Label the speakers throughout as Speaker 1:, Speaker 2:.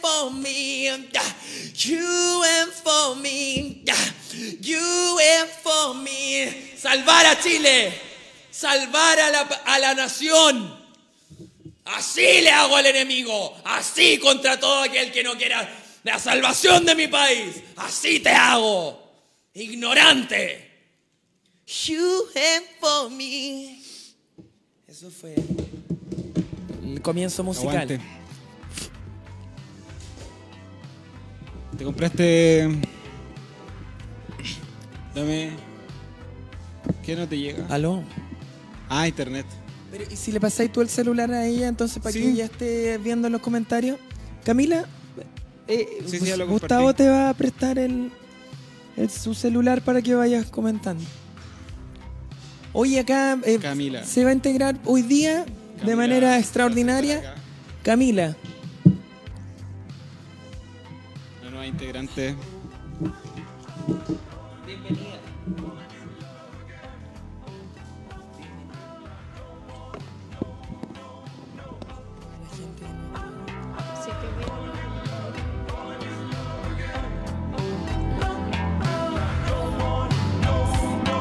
Speaker 1: for me. You and for me. You and for me. Salvar a Chile. Salvar a la, a la nación. Así le hago al enemigo. Así contra todo aquel que no quiera la salvación de mi país. Así te hago. Ignorante. You and for me. Eso fue el comienzo musical.
Speaker 2: Aguante. Te compraste. Dame. ¿Qué no te llega?
Speaker 1: Aló.
Speaker 2: Ah, internet.
Speaker 1: Pero, ¿Y si le pasáis tú el celular a ella, entonces para
Speaker 2: Sí.
Speaker 1: que ella esté viendo los comentarios? Camila, eh,
Speaker 2: Sí, sí, ya lo
Speaker 1: Gustavo
Speaker 2: compartí.
Speaker 1: te va a prestar el, el- su celular para que vayas comentando. Hoy acá eh,
Speaker 2: Camila.
Speaker 1: se va a integrar hoy día de
Speaker 2: Camila,
Speaker 1: manera
Speaker 2: pásate
Speaker 1: extraordinaria
Speaker 2: para acá.
Speaker 1: Camila.
Speaker 2: La nueva integrante.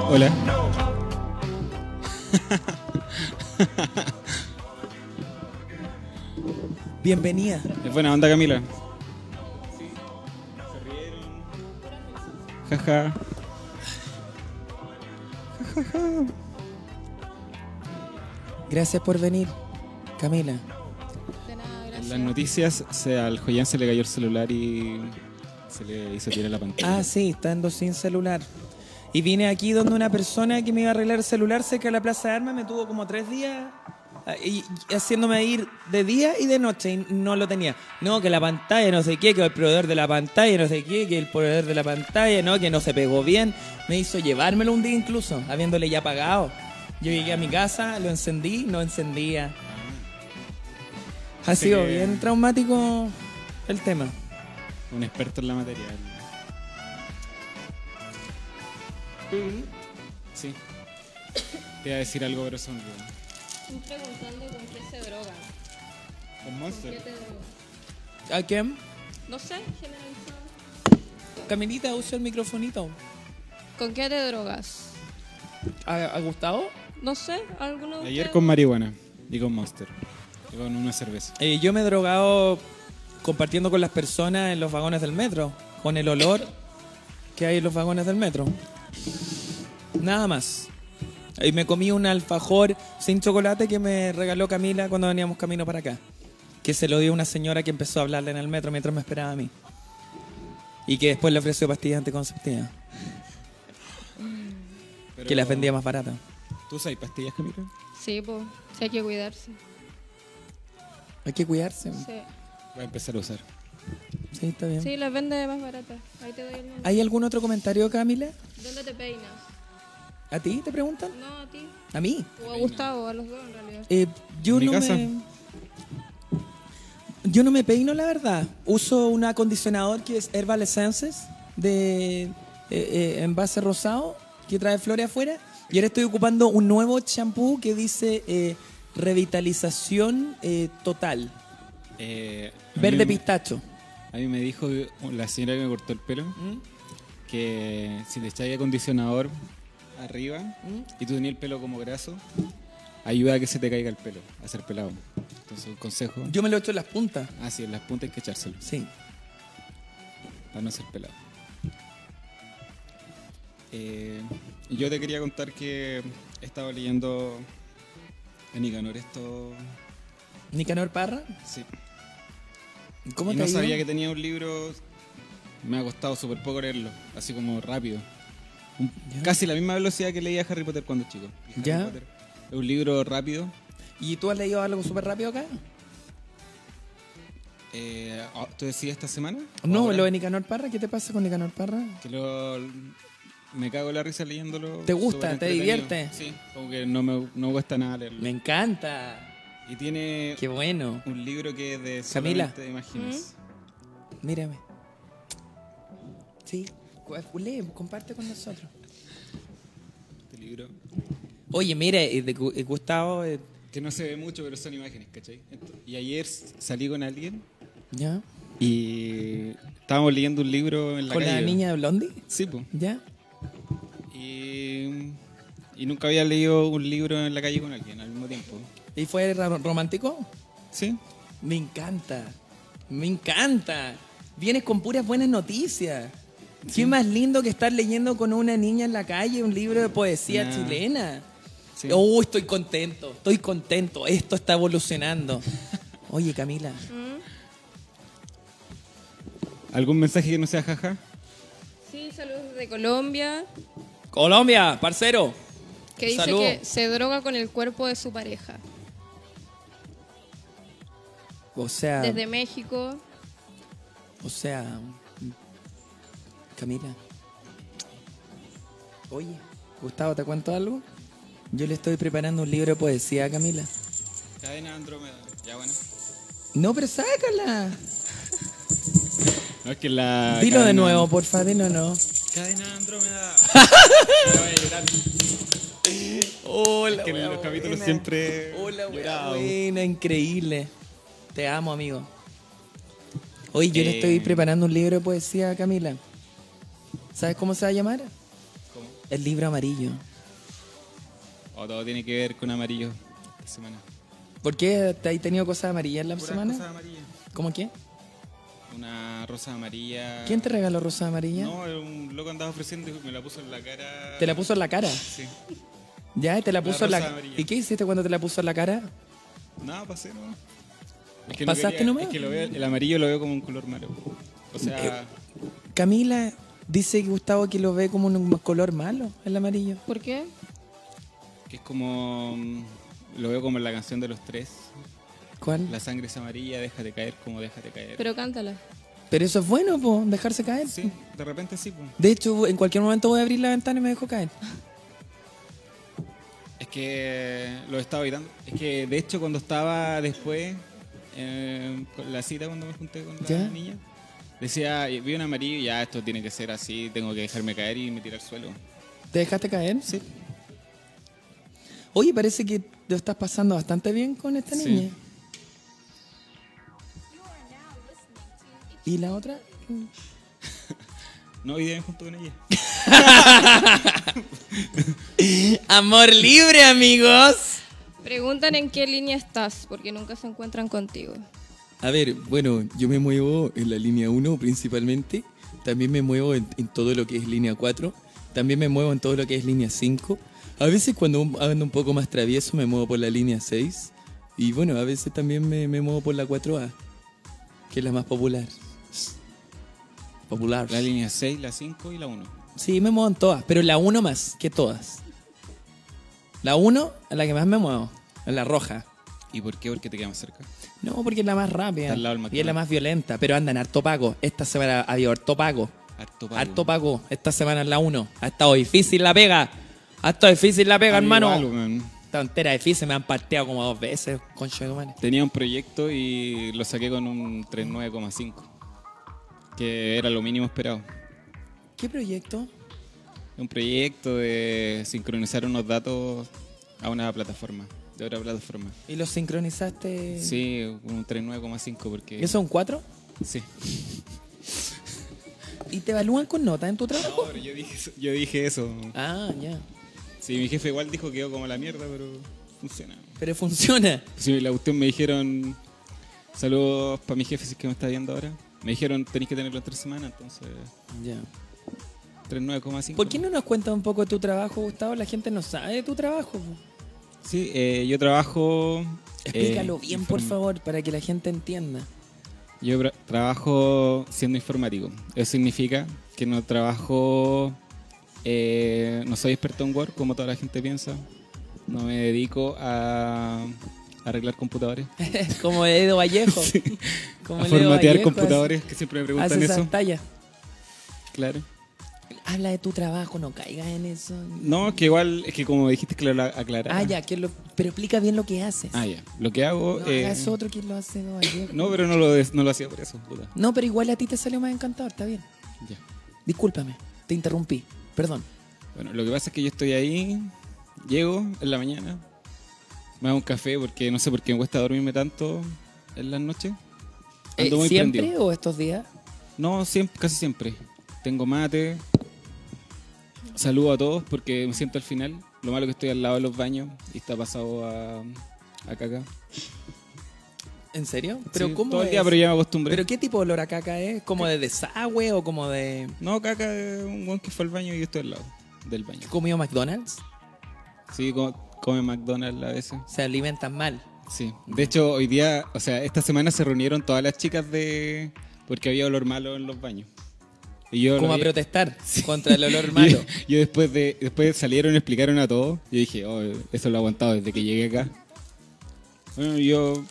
Speaker 2: Hola.
Speaker 1: Bienvenida.
Speaker 2: Es buena onda, Camila. Sí. Se rieron. Jaja.
Speaker 1: Gracias por venir, Camila.
Speaker 3: De nada,
Speaker 2: En
Speaker 3: gracias.
Speaker 2: las noticias, se, al Joyan se le cayó el celular y se le hizo tirar la pantalla.
Speaker 1: Ah, sí, estando sin celular. Y vine aquí donde una persona que me iba a arreglar el celular cerca de la Plaza de Armas me tuvo como tres días ah, y- y haciéndome ir de día y de noche y no lo tenía. No, que la pantalla no sé qué, que el proveedor de la pantalla no sé qué, que el proveedor de la pantalla no, que no se pegó bien. Me hizo llevármelo un día incluso, habiéndole ya pagado. Yo llegué a mi casa, lo encendí, no encendía. Ha
Speaker 2: Sí.
Speaker 1: sido bien traumático el tema. Ah,
Speaker 2: Un experto en la materia. Sí. Te iba a decir algo, pero son
Speaker 3: Estoy preguntando con qué se droga.
Speaker 2: Con
Speaker 3: ¿Con qué
Speaker 2: Monster.
Speaker 3: te droga?
Speaker 1: ¿A quién?
Speaker 3: No sé, generalizado.
Speaker 1: Camilita, usa el microfonito.
Speaker 3: ¿Con qué te drogas?
Speaker 1: ¿A, a Gustavo?
Speaker 3: No sé, alguno de
Speaker 2: Ayer
Speaker 3: ustedes?
Speaker 2: con marihuana y con Monster. Y con una cerveza.
Speaker 1: Eh, yo me he drogado compartiendo con las personas en los vagones del metro, con el olor que hay en los vagones del metro. Nada más. Y me comí un alfajor sin chocolate que me regaló Camila cuando veníamos camino para acá. Que se lo dio una señora que empezó a hablarle en el metro mientras me esperaba a mí. Y que después le ofreció pastillas anticonceptivas,
Speaker 2: Pero-
Speaker 1: que las vendía más baratas.
Speaker 2: ¿Tú usas pastillas, Camila?
Speaker 3: Sí, pues, sí hay que cuidarse.
Speaker 1: Hay que cuidarse.
Speaker 3: Sí.
Speaker 2: Voy a empezar a usar.
Speaker 1: Sí, está bien.
Speaker 3: Sí, las vende más baratas. Ahí te doy el número.
Speaker 1: ¿Hay algún otro comentario, Camila?
Speaker 3: ¿Dónde te peinas?
Speaker 1: ¿A ti te preguntan?
Speaker 3: No, a ti.
Speaker 1: ¿A mí?
Speaker 3: O a Gustavo, a los dos en realidad.
Speaker 1: Eh, yo
Speaker 2: ¿En mi
Speaker 1: no
Speaker 2: casa?
Speaker 1: me. Yo no me peino, la verdad. Uso un acondicionador que es Herbal Essences de eh, eh, envase rosado que trae flores afuera. Y ahora estoy ocupando un nuevo champú que dice eh, revitalización eh, total.
Speaker 2: Eh, a mí
Speaker 1: Verde
Speaker 2: me-
Speaker 1: pistacho.
Speaker 2: A mí me dijo la señora que me cortó el pelo que si le echáis acondicionador arriba y tú tenías el pelo como graso, ayuda a que se te caiga el pelo, a ser pelado. Entonces, un consejo.
Speaker 1: Yo me lo echo en las puntas.
Speaker 2: Ah, sí, en las puntas hay que echárselo
Speaker 1: Sí.
Speaker 2: para no ser pelado. Eh, y yo te quería contar que he estado leyendo a Nicanor esto.
Speaker 1: Nicanor Parra,
Speaker 2: Sí.
Speaker 1: ¿cómo
Speaker 2: y
Speaker 1: te
Speaker 2: no
Speaker 1: ha ido?
Speaker 2: sabía que tenía un libro. Me ha costado súper poco leerlo, así como rápido. Un-
Speaker 1: Ya.
Speaker 2: Casi la misma velocidad que leía Harry Potter cuando chico. Y Harry
Speaker 1: Ya.
Speaker 2: Potter es un libro rápido.
Speaker 1: ¿Y tú has leído algo súper rápido acá?
Speaker 2: Eh, ah, ¿Tú decías esta semana? ¿O
Speaker 1: No,
Speaker 2: ahora?
Speaker 1: lo de Nicanor Parra, ¿qué te pasa con Nicanor Parra?
Speaker 2: Que lo- me cago en la risa leyéndolo.
Speaker 1: ¿Te gusta?
Speaker 2: súper
Speaker 1: ¿Te
Speaker 2: entretenido.
Speaker 1: divierte?
Speaker 2: Sí, como que no me no cuesta nada leerlo.
Speaker 1: Me encanta.
Speaker 2: Y tiene
Speaker 1: Qué bueno.
Speaker 2: un libro que es de
Speaker 1: Camila.
Speaker 2: solamente imágenes.
Speaker 1: Mírame. Sí. cu- Lee, comparte con nosotros.
Speaker 2: Este libro.
Speaker 1: Oye, mira, eh, de Gu- eh, Gustavo. eh,
Speaker 2: Que no se ve mucho, pero son imágenes, ¿cachai? Ent- Y ayer s- salí con alguien
Speaker 1: ¿Ya?
Speaker 2: Y estábamos leyendo un libro en la
Speaker 1: ¿Con la
Speaker 2: calle.
Speaker 1: niña de Blondie?
Speaker 2: Sí, po.
Speaker 1: ¿Ya?
Speaker 2: Y, y nunca había leído un libro en la calle con alguien al mismo tiempo.
Speaker 1: ¿Y fue ra- romántico?
Speaker 2: Sí.
Speaker 1: Me encanta. Me encanta. Vienes con puras buenas noticias. Qué más lindo que estar leyendo con una niña en la calle un libro de poesía
Speaker 2: Nah.
Speaker 1: chilena.
Speaker 2: Sí.
Speaker 1: Oh, estoy contento, estoy contento. Esto está evolucionando. Oye, Camila,
Speaker 2: ¿Algún mensaje que no sea jaja?
Speaker 3: Sí, saludos de Colombia.
Speaker 1: Colombia, parcero.
Speaker 3: Que dice
Speaker 1: Saludo.
Speaker 3: que se droga con el cuerpo de su pareja.
Speaker 1: O sea,
Speaker 3: Desde México.
Speaker 1: o sea, Camila. Oye, Gustavo, ¿te cuento algo? Yo le estoy preparando un libro de poesía a Camila.
Speaker 2: Cadena Andrómeda. Ya bueno.
Speaker 1: No, pero sácala.
Speaker 2: No es que la.
Speaker 1: Dilo de
Speaker 2: cadena-
Speaker 1: nuevo, porfa, dilo no.
Speaker 2: Cadena Andrómeda. Ya voy a llorar.
Speaker 1: Hola,
Speaker 2: Que en
Speaker 1: wea
Speaker 2: los capítulos
Speaker 1: buena.
Speaker 2: siempre
Speaker 1: Hola, wea
Speaker 2: lloraba.
Speaker 1: buena, increíble. Te amo, amigo. Hoy yo le estoy
Speaker 2: Eh.
Speaker 1: preparando un libro de poesía a Camila. ¿Sabes cómo se va a llamar?
Speaker 2: ¿Cómo?
Speaker 1: El libro amarillo.
Speaker 2: O todo tiene que ver con amarillo esta semana.
Speaker 1: ¿Por qué te has tenido cosas amarillas en la semana? ¿Cómo qué?
Speaker 2: Una rosa amarilla.
Speaker 1: ¿Quién te regaló rosa amarilla?
Speaker 2: Ah. No, un loco andaba ofreciendo y me la puso en la cara.
Speaker 1: Te la puso en la cara.
Speaker 2: Sí.
Speaker 1: Ya, te la puso en la
Speaker 2: rosa amarilla.
Speaker 1: ¿Y qué hiciste cuando te la puso en la cara?
Speaker 2: Nada, pasé nomás. Es que
Speaker 1: ¿Pasaste nomás?
Speaker 2: Es que lo veo- el amarillo lo veo como un color malo. O sea,
Speaker 1: Eh. Camila dice que Gustavo que lo ve como un color malo, el amarillo.
Speaker 3: ¿Por qué?
Speaker 2: que es como. mm, Lo veo como en la canción de los tres.
Speaker 1: ¿Cuál?
Speaker 2: La sangre es amarilla, déjate caer como déjate caer.
Speaker 3: Pero cántala.
Speaker 1: Pero eso es bueno, po, dejarse caer.
Speaker 2: Sí, de repente sí. pues. po.
Speaker 1: De hecho, en cualquier momento voy a abrir la ventana y me dejo caer.
Speaker 2: Es que lo estaba evitando. Es que de hecho cuando estaba después, eh, con la cita cuando me junté con la
Speaker 1: ¿Ya?
Speaker 2: niña, decía, eh, vi un amarillo y ya esto tiene que ser así, tengo que dejarme caer y me tirar al suelo.
Speaker 1: ¿Te dejaste caer? Sí. Oye, parece que lo estás pasando bastante bien con esta
Speaker 2: Sí.
Speaker 1: niña. ¿Y la otra?
Speaker 2: No, y de ahí junto con ella.
Speaker 1: Amor libre, amigos.
Speaker 3: Preguntan en qué línea estás, porque nunca se encuentran contigo.
Speaker 1: A ver, bueno, yo me muevo en la línea 1 principalmente. También me muevo en, en todo lo que es línea 4. También me muevo en todo lo que es línea 5. A veces cuando un- ando un poco más travieso me muevo por la línea 6. Y bueno, a veces también me, me muevo por la 4A, que es la más popular. Popular.
Speaker 2: La línea 6, la 5 y la 1.
Speaker 1: Sí, me muevo en todas, pero la 1 más que todas. La 1 a la que más me muevo, en la roja.
Speaker 2: ¿Y por qué? Porque te queda más cerca.
Speaker 1: No, porque es la más rápida
Speaker 2: Está al lado del
Speaker 1: y es la
Speaker 2: McDonald's.
Speaker 1: más violenta, pero andan harto pago. Esta semana había harto pago.
Speaker 2: Harto pago.
Speaker 1: Harto pago. Esta semana es la 1. Ha estado difícil la pega. Ha estado difícil la pega,
Speaker 2: A mí
Speaker 1: hermano.
Speaker 2: igual, weón.
Speaker 1: Esta entera difícil, me han parteado como dos veces, concha de tu madre.
Speaker 2: Tenía un proyecto y lo saqué con un 39,5. Que era lo mínimo esperado.
Speaker 1: ¿Qué proyecto?
Speaker 2: Un proyecto de sincronizar unos datos a una plataforma, de otra plataforma.
Speaker 1: ¿Y lo sincronizaste?
Speaker 2: Sí, un 39,5 porque...
Speaker 1: ¿Y eso es un 4?
Speaker 2: Sí.
Speaker 1: ¿Y te evalúan con nota en tu trabajo?
Speaker 2: yo dije eso. Yo dije eso.
Speaker 1: Ah, ya.
Speaker 2: Sí, mi jefe igual dijo que quedó como la mierda, pero funciona.
Speaker 1: Pero funciona.
Speaker 2: Sí, la cuestión me dijeron... Saludos para mi jefe si es que me está viendo ahora. Me dijeron tenéis que tenerlo en tres semanas, entonces...
Speaker 1: Ya.
Speaker 2: 39,5.
Speaker 1: ¿Por qué no nos cuentas un poco de tu trabajo, Gustavo? La gente no sabe de tu trabajo.
Speaker 2: Sí, eh, yo trabajo...
Speaker 1: Explícalo
Speaker 2: eh,
Speaker 1: bien, por
Speaker 2: inform-
Speaker 1: favor, para que la gente entienda.
Speaker 2: Yo tra- trabajo siendo informático. Eso significa que no trabajo, eh, no soy experto en Word como toda la gente piensa. No me dedico a arreglar computadores,
Speaker 1: Como Edo Vallejo. Como
Speaker 2: a
Speaker 1: el Edo
Speaker 2: formatear
Speaker 1: Vallejo, pues.
Speaker 2: computadores, que siempre me
Speaker 1: hace-
Speaker 2: preguntan
Speaker 1: Hace
Speaker 2: eso.
Speaker 1: esas tallas.
Speaker 2: Claro.
Speaker 1: Habla de tu trabajo, no caigas en eso.
Speaker 2: No, que igual es que como dijiste que lo aclarar.
Speaker 1: Ah, ya, que lo, pero explica bien lo que haces.
Speaker 2: Ah, ya. Lo que hago.
Speaker 1: No,
Speaker 2: eh,
Speaker 1: hagas otro que lo hace Edo Vallejo.
Speaker 2: no, pero no lo, des- no lo hacía por eso, puta.
Speaker 1: No, pero igual a ti te salió más encantador, está bien.
Speaker 2: Ya.
Speaker 1: Discúlpame, te interrumpí. Perdón.
Speaker 2: Bueno, lo que pasa es que yo estoy ahí, llego en la mañana, me hago un café porque no sé por qué me cuesta dormirme tanto en las noches. Ando muy
Speaker 1: Eh, ¿Siempre
Speaker 2: prendido.
Speaker 1: o estos días?
Speaker 2: No, siempre, casi siempre. Tengo mate. Saludo a todos porque me siento al final. Lo malo que estoy al lado de los baños y está pasado a, a caca.
Speaker 1: ¿En serio?
Speaker 2: Sí, todo el día, pero ya me acostumbré.
Speaker 1: ¿Pero qué tipo de olor a caca es? ¿Como de desagüe o como de
Speaker 2: No, caca es un guan que fue al baño y yo estoy al lado del baño.
Speaker 1: comido McDonald's?
Speaker 2: Sí, co- come McDonald's a veces.
Speaker 1: Se alimentan mal.
Speaker 2: Sí. De hecho, hoy día, o sea, esta semana se reunieron todas las chicas de. porque había olor malo en los baños. Y yo lo
Speaker 1: Como a
Speaker 2: vi-
Speaker 1: protestar contra el olor malo.
Speaker 2: Yo, yo después de después salieron y explicaron a todos. Yo dije, oh, eso lo he aguantado desde que llegué acá. Bueno, yo.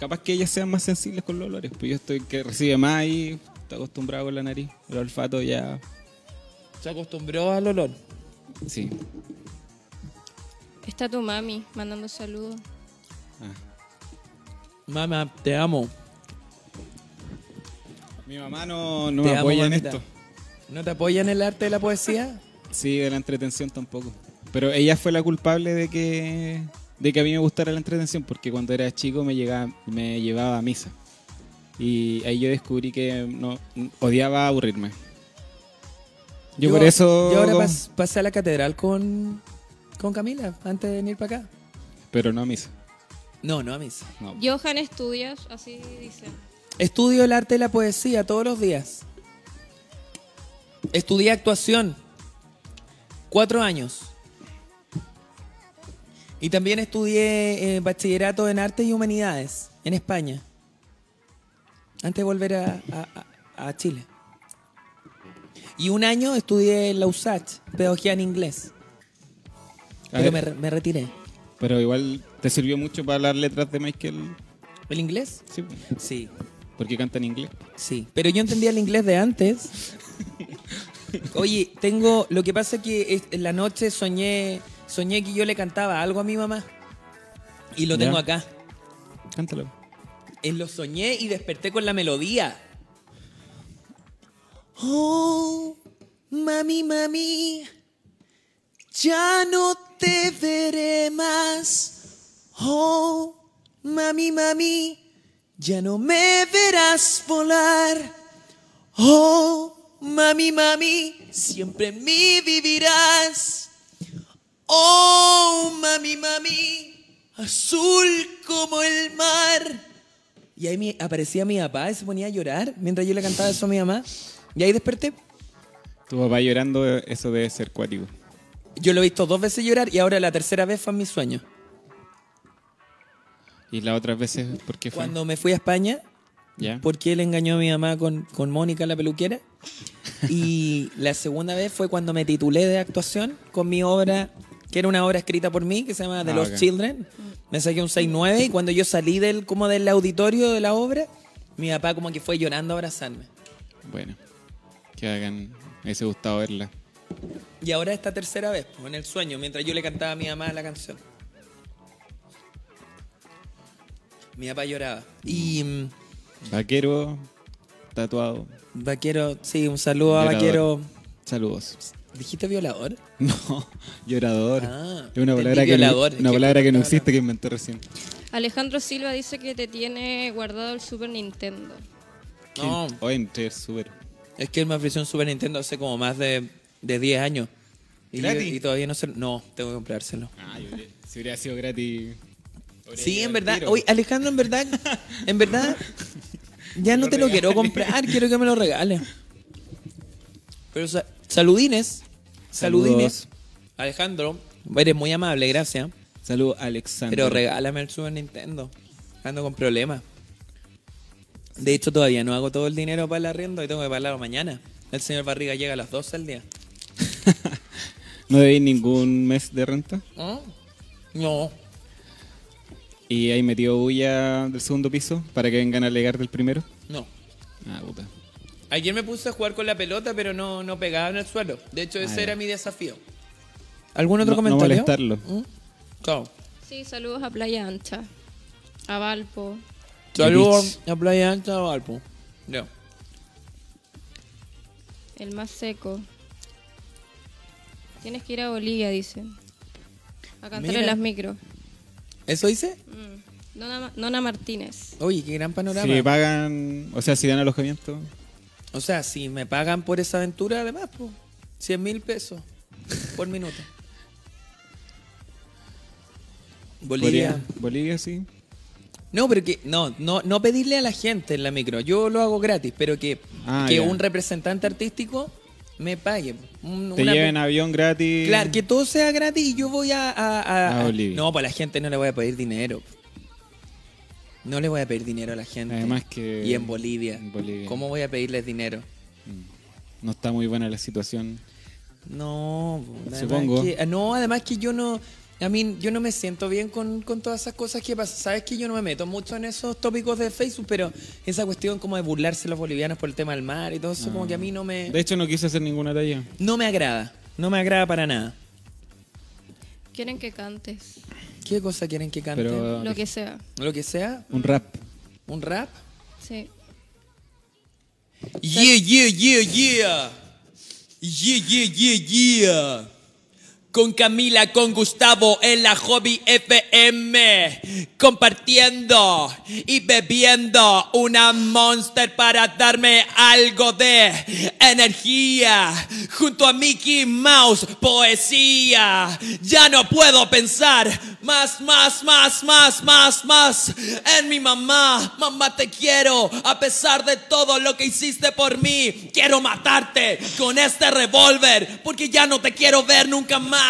Speaker 2: Capaz que ellas sean más sensibles con los olores, pues yo estoy que recibe más y está acostumbrado con la nariz. El olfato ya.
Speaker 1: Se acostumbró al olor.
Speaker 2: Sí.
Speaker 3: Está tu mami mandando saludos.
Speaker 2: Ah.
Speaker 1: Mamá, te amo.
Speaker 2: Mi mamá no, no
Speaker 1: te
Speaker 2: me
Speaker 1: amo,
Speaker 2: apoya en
Speaker 1: mamita.
Speaker 2: esto.
Speaker 1: ¿No te apoya en el arte de la poesía?
Speaker 2: Sí, de la entretención tampoco. Pero ella fue la culpable de que, de que a mí me gustara la entretención, porque cuando era chico me, llegaba, me llevaba a misa. Y ahí yo descubrí que no odiaba aburrirme. Yo, por eso...
Speaker 1: Yo ahora
Speaker 2: como-
Speaker 1: pas- pasé a la catedral con, con Camila antes de venir para acá.
Speaker 2: Pero no a misa.
Speaker 1: No, no a misa.
Speaker 2: No.
Speaker 3: Johan Estudias, así dice.
Speaker 1: Estudio el arte de la poesía todos los días. Estudié actuación. Cuatro años. Y también estudié eh, bachillerato en artes y humanidades en España. Antes de volver a, a- a- a Chile. Y un año estudié en la USACH, pedagogía en inglés.
Speaker 2: A
Speaker 1: Pero
Speaker 2: ver,
Speaker 1: me, re- me retiré.
Speaker 2: pero igual te sirvió mucho para las letras de Michael.
Speaker 1: ¿El inglés?
Speaker 2: Sí,
Speaker 1: Sí,
Speaker 2: porque canta en inglés.
Speaker 1: Sí, pero yo entendía el inglés de antes. Oye, tengo. Lo que pasa es que es- en la noche soñé, soñé que yo le cantaba algo a mi mamá. Y lo
Speaker 2: Ya.
Speaker 1: tengo acá.
Speaker 2: Cántalo.
Speaker 1: Eh, lo soñé y desperté con la melodía. Oh, mami, mami, ya no te veré más. Oh, mami, mami, ya no me verás volar. Oh, mami, mami, siempre en mí vivirás. Oh, mami, mami, azul como el mar. Y ahí mi- aparecía mi papá y se ponía a llorar mientras yo le cantaba eso a mi mamá. Y ahí desperté.
Speaker 2: Tu papá llorando, eso debe ser cuático.
Speaker 1: Yo lo he visto dos veces llorar y ahora la tercera vez fue en mis sueños.
Speaker 2: Y las otras veces, ¿por qué fue?
Speaker 1: Cuando me fui a España,
Speaker 2: ¿Ya?
Speaker 1: porque él engañó a mi mamá con, con Mónica, la peluquera. Y la segunda vez fue cuando me titulé de actuación con mi obra, que era una obra escrita por mí, que se llama The
Speaker 2: Ah,
Speaker 1: Lost
Speaker 2: ok.
Speaker 1: Children. Me saqué un 6-9 y cuando yo salí del, como del auditorio de la obra, mi papá como que fue llorando a abrazarme.
Speaker 2: Bueno, que hagan. Me hubiese gustado verla.
Speaker 1: Y ahora esta tercera vez, pues, en el sueño, mientras yo le cantaba a mi mamá la canción. Mi papá lloraba. Y mm,
Speaker 2: Vaquero, tatuado.
Speaker 1: Vaquero, sí, un saludo a
Speaker 2: Violador.
Speaker 1: Vaquero.
Speaker 2: Saludos.
Speaker 1: ¿Dijiste violador?
Speaker 2: No, llorador.
Speaker 1: Ah,
Speaker 2: es una
Speaker 1: entendí
Speaker 2: palabra, que no,
Speaker 1: violador,
Speaker 2: una
Speaker 1: que
Speaker 2: palabra que no
Speaker 1: estaba
Speaker 2: existe que inventé recién.
Speaker 3: Alejandro Silva dice que te tiene guardado el Super Nintendo.
Speaker 1: No,
Speaker 2: Hoy entré súper.
Speaker 1: es que él me ofreció un Super Nintendo hace como más de, de 10 años. Y,
Speaker 2: ¿Gratis?
Speaker 1: y todavía no se... No, tengo que comprárselo.
Speaker 2: Ah, yo hubiera- si hubiera sido gratis. habría
Speaker 1: Sí,
Speaker 2: llegado
Speaker 1: en
Speaker 2: al
Speaker 1: verdad.
Speaker 2: tiro.
Speaker 1: Oye, Alejandro, en verdad, en verdad, ya no te lo quiero comprar, quiero que me lo regales. Pero sa- saludines, saludines.
Speaker 2: Saludos.
Speaker 1: Alejandro, eres muy amable, gracias.
Speaker 2: Saludos, Alexander.
Speaker 1: Pero regálame el Super Nintendo. Ando con problemas. De hecho, todavía no hago todo el dinero para el arriendo y tengo que pagarlo mañana. El señor Barriga llega a las 12 al día.
Speaker 2: No debí ningún mes de renta.
Speaker 1: ¿Mm? No.
Speaker 2: Y ahí metió bulla del segundo piso para que vengan a alegar del primero.
Speaker 1: No.
Speaker 2: Ah, puta.
Speaker 1: Ayer me puse a jugar con la pelota, pero no, no pegaba en el suelo. De hecho, ese
Speaker 2: Ah, ya.
Speaker 1: era mi desafío. ¿Algún otro
Speaker 2: No- no
Speaker 1: comentario?
Speaker 2: molestarlo.
Speaker 1: ¿Mm? Chao.
Speaker 3: Sí, saludos a Playa Ancha, a Valpo.
Speaker 1: Saludos a Playa Ancha Valpo. Ya.
Speaker 3: El más seco. Tienes que ir a Bolivia, dice. A cantar
Speaker 1: Mira.
Speaker 3: en las micros. Mm.
Speaker 1: ¿Eso hice?
Speaker 3: Nona, Nona Martínez.
Speaker 1: Oye, qué gran panorama.
Speaker 2: Si pagan, o sea, si dan alojamiento,
Speaker 1: O sea, si me pagan por esa aventura, además, pues, 100 mil pesos por minuto. Bolivia.
Speaker 2: Bolivia, Bolivia sí.
Speaker 1: No, pero que, no, no, no pedirle a la gente en la micro. Yo lo hago gratis, pero que,
Speaker 2: Ah,
Speaker 1: que
Speaker 2: ya.
Speaker 1: un representante artístico me pague. un-
Speaker 2: Te
Speaker 1: una-
Speaker 2: lleven avión gratis.
Speaker 1: Claro, que todo sea gratis y yo voy a... a- a-
Speaker 2: A Bolivia.
Speaker 1: No, para la gente no le voy a pedir dinero. No le voy a pedir dinero a la gente.
Speaker 2: Además que-
Speaker 1: Y en Bolivia.
Speaker 2: en Bolivia.
Speaker 1: ¿Cómo voy a pedirles dinero?
Speaker 2: No está muy buena la situación.
Speaker 1: No, además
Speaker 2: Supongo.
Speaker 1: que- ah, no, además que yo no... A mí, yo no me siento bien con, con todas esas cosas que pasan. Sabes que yo no me meto mucho en esos tópicos de Facebook, pero esa cuestión como de burlarse los bolivianos por el tema del mar y todo eso, como que a mí no me...
Speaker 2: De hecho, no quise hacer ninguna talla.
Speaker 1: No me agrada. No me agrada para nada.
Speaker 3: Quieren que cantes,
Speaker 1: ¿Qué cosa quieren que cante?
Speaker 2: Pero
Speaker 3: lo que sea.
Speaker 1: Lo que sea,
Speaker 2: un rap.
Speaker 1: un rap.
Speaker 3: Sí.
Speaker 1: Yeah, yeah, yeah, yeah. Yeah, yeah, yeah, yeah.
Speaker 4: Con Camila, con Gustavo en la Hobby FM, compartiendo y bebiendo una Monster para darme algo de energía. Junto a Mickey Mouse, poesía. Ya no puedo pensar más, más, más, más, más, más en mi mamá. Mamá, te quiero a pesar de todo lo que hiciste por mí. Quiero matarte con este revólver porque ya no te quiero ver nunca más.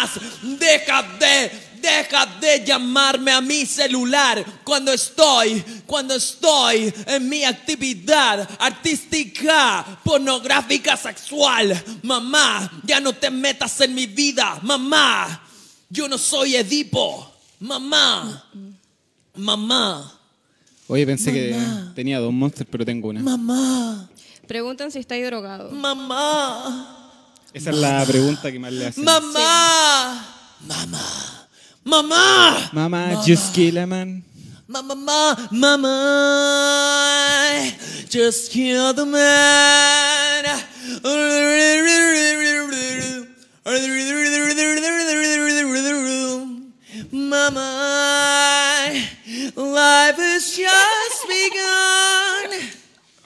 Speaker 4: Deja de... Deja de llamarme a mi celular cuando estoy, cuando estoy en mi actividad artística, pornográfica, sexual. Mamá, ya no te metas en mi vida. Mamá, yo no soy Edipo. Mamá, mamá,
Speaker 2: Oye, pensé que tenía dos monsters, pero tengo una.
Speaker 4: mamá,
Speaker 3: Preguntan si estáis drogado.
Speaker 4: mamá,
Speaker 2: Esa es la pregunta que más le hacen.
Speaker 4: mamá, mamá, mamá.
Speaker 2: Mamá, just kill a man.
Speaker 4: Mama, mama, mama, just kill the man. Mama, life has just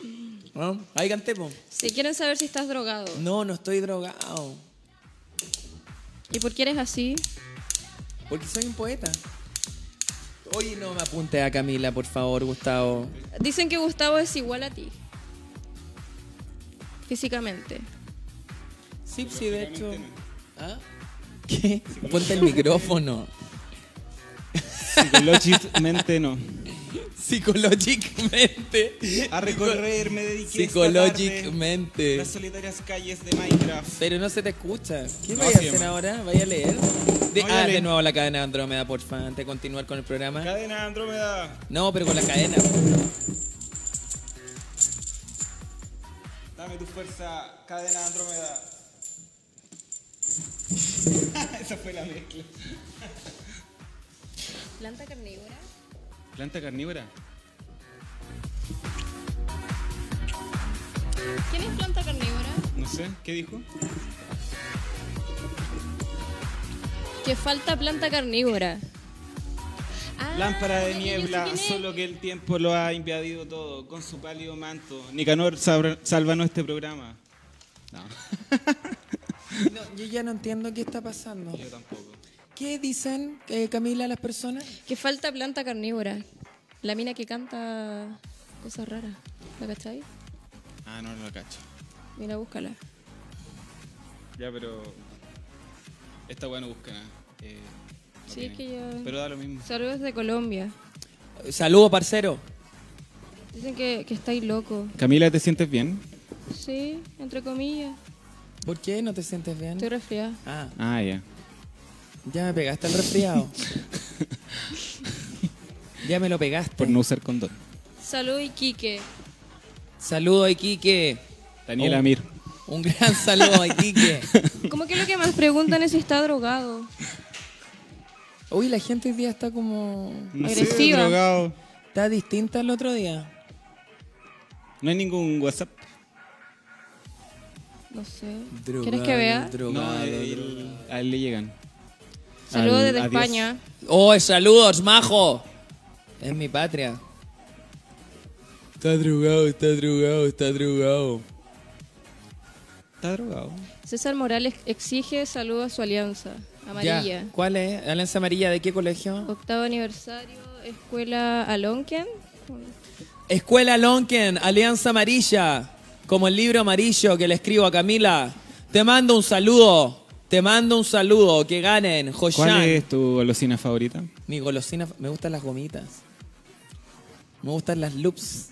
Speaker 4: begun.
Speaker 1: Bueno, ahí canté, po.
Speaker 3: Si quieren saber si estás drogado.
Speaker 1: No, no estoy drogado.
Speaker 3: ¿Y por qué eres así?
Speaker 1: Porque soy un poeta. Oye, no me apunte a Camila, por favor, Gustavo.
Speaker 3: Dicen que Gustavo es igual a ti. Físicamente.
Speaker 1: Sí, sí, de hecho. ¿Ah? ¿Qué? Ponte el micrófono.
Speaker 2: Psicológicamente no.
Speaker 1: Psicológicamente.
Speaker 2: A recorrer me dediqué esta tarde
Speaker 1: Psicológicamente.
Speaker 2: las solitarias calles de Minecraft.
Speaker 1: Pero no se te escucha. ¿Qué
Speaker 2: No,
Speaker 1: vaya a
Speaker 2: sí,
Speaker 1: hacer
Speaker 2: ma.
Speaker 1: ahora? ¿Vaya a leer? De,
Speaker 2: No, ya
Speaker 1: ah, de
Speaker 2: leí.
Speaker 1: nuevo la cadena de Andrómeda, por favor, antes de continuar con el programa.
Speaker 2: Cadena Andrómeda.
Speaker 1: No, pero con la cadena.
Speaker 2: Dame tu fuerza, cadena Andrómeda. Esa fue la mezcla.
Speaker 3: ¿Planta carnívora?
Speaker 2: ¿Planta carnívora?
Speaker 3: ¿Quién es planta carnívora?
Speaker 2: No sé, ¿qué dijo?
Speaker 3: Que falta planta carnívora. Ah,
Speaker 2: Lámpara de
Speaker 3: ya, ya, ya sé
Speaker 2: niebla,
Speaker 3: quién es.
Speaker 2: solo que el tiempo lo ha invadido todo, con su pálido manto. Nicanor, sabr- sálvanos este programa. No,
Speaker 1: No, yo ya no entiendo qué está pasando.
Speaker 2: yo tampoco.
Speaker 1: ¿Qué dicen, eh, Camila, las personas?
Speaker 3: Que falta planta carnívora. La mina que canta cosas raras. ¿La cacháis?
Speaker 2: Ah, no, no lo cacho.
Speaker 3: Mira, búscala.
Speaker 2: Ya, pero. Esta weá no busca nada. Eh, no
Speaker 3: Sí,
Speaker 2: tiene.
Speaker 3: es que ya-
Speaker 2: Pero da lo mismo.
Speaker 3: Saludos de Colombia.
Speaker 1: Saludos, parcero.
Speaker 3: Dicen que, que estáis loco.
Speaker 2: Camila, ¿te sientes bien?
Speaker 3: Sí, entre comillas.
Speaker 1: ¿Por qué no te sientes bien?
Speaker 3: Estoy resfriada.
Speaker 1: Ah,
Speaker 2: Ah, ya.
Speaker 1: ya me pegaste el resfriado. ya me lo pegaste.
Speaker 2: Por no usar condón.
Speaker 3: Salud, Iquique.
Speaker 1: Saludo a Iquique.
Speaker 2: Daniel
Speaker 1: Oh.
Speaker 2: Amir.
Speaker 1: Un gran saludo a Iquique.
Speaker 3: ¿Cómo que lo que más preguntan es si está drogado?
Speaker 1: Uy, la gente hoy día está como...
Speaker 2: No sé,
Speaker 3: Agresiva.
Speaker 2: drogado.
Speaker 1: Está distinta al otro día.
Speaker 2: No hay ningún WhatsApp.
Speaker 3: No sé. ¿Quieres que vea? eh.
Speaker 2: no, el- a él le llegan.
Speaker 3: Saludos
Speaker 2: Al-
Speaker 3: desde
Speaker 2: adiós.
Speaker 3: España.
Speaker 1: ¡Oh, saludos, majo! Es mi patria.
Speaker 5: Está drogado, está drogado, está drogado.
Speaker 2: Está drogado.
Speaker 3: César Morales exige salud a su alianza amarilla.
Speaker 1: Ya. ¿Cuál es? Alianza Amarilla, ¿de qué colegio?
Speaker 3: Octavo aniversario, escuela Alonquen.
Speaker 1: Escuela Lonken, Alianza Amarilla. Como el libro amarillo que le escribo a Camila. Te mando un saludo. Te mando un saludo. Que ganen,
Speaker 2: ¿Cuál
Speaker 1: Joyan.
Speaker 2: es tu golosina favorita?
Speaker 1: Mi golosina, me gustan las gomitas. Me gustan las loops.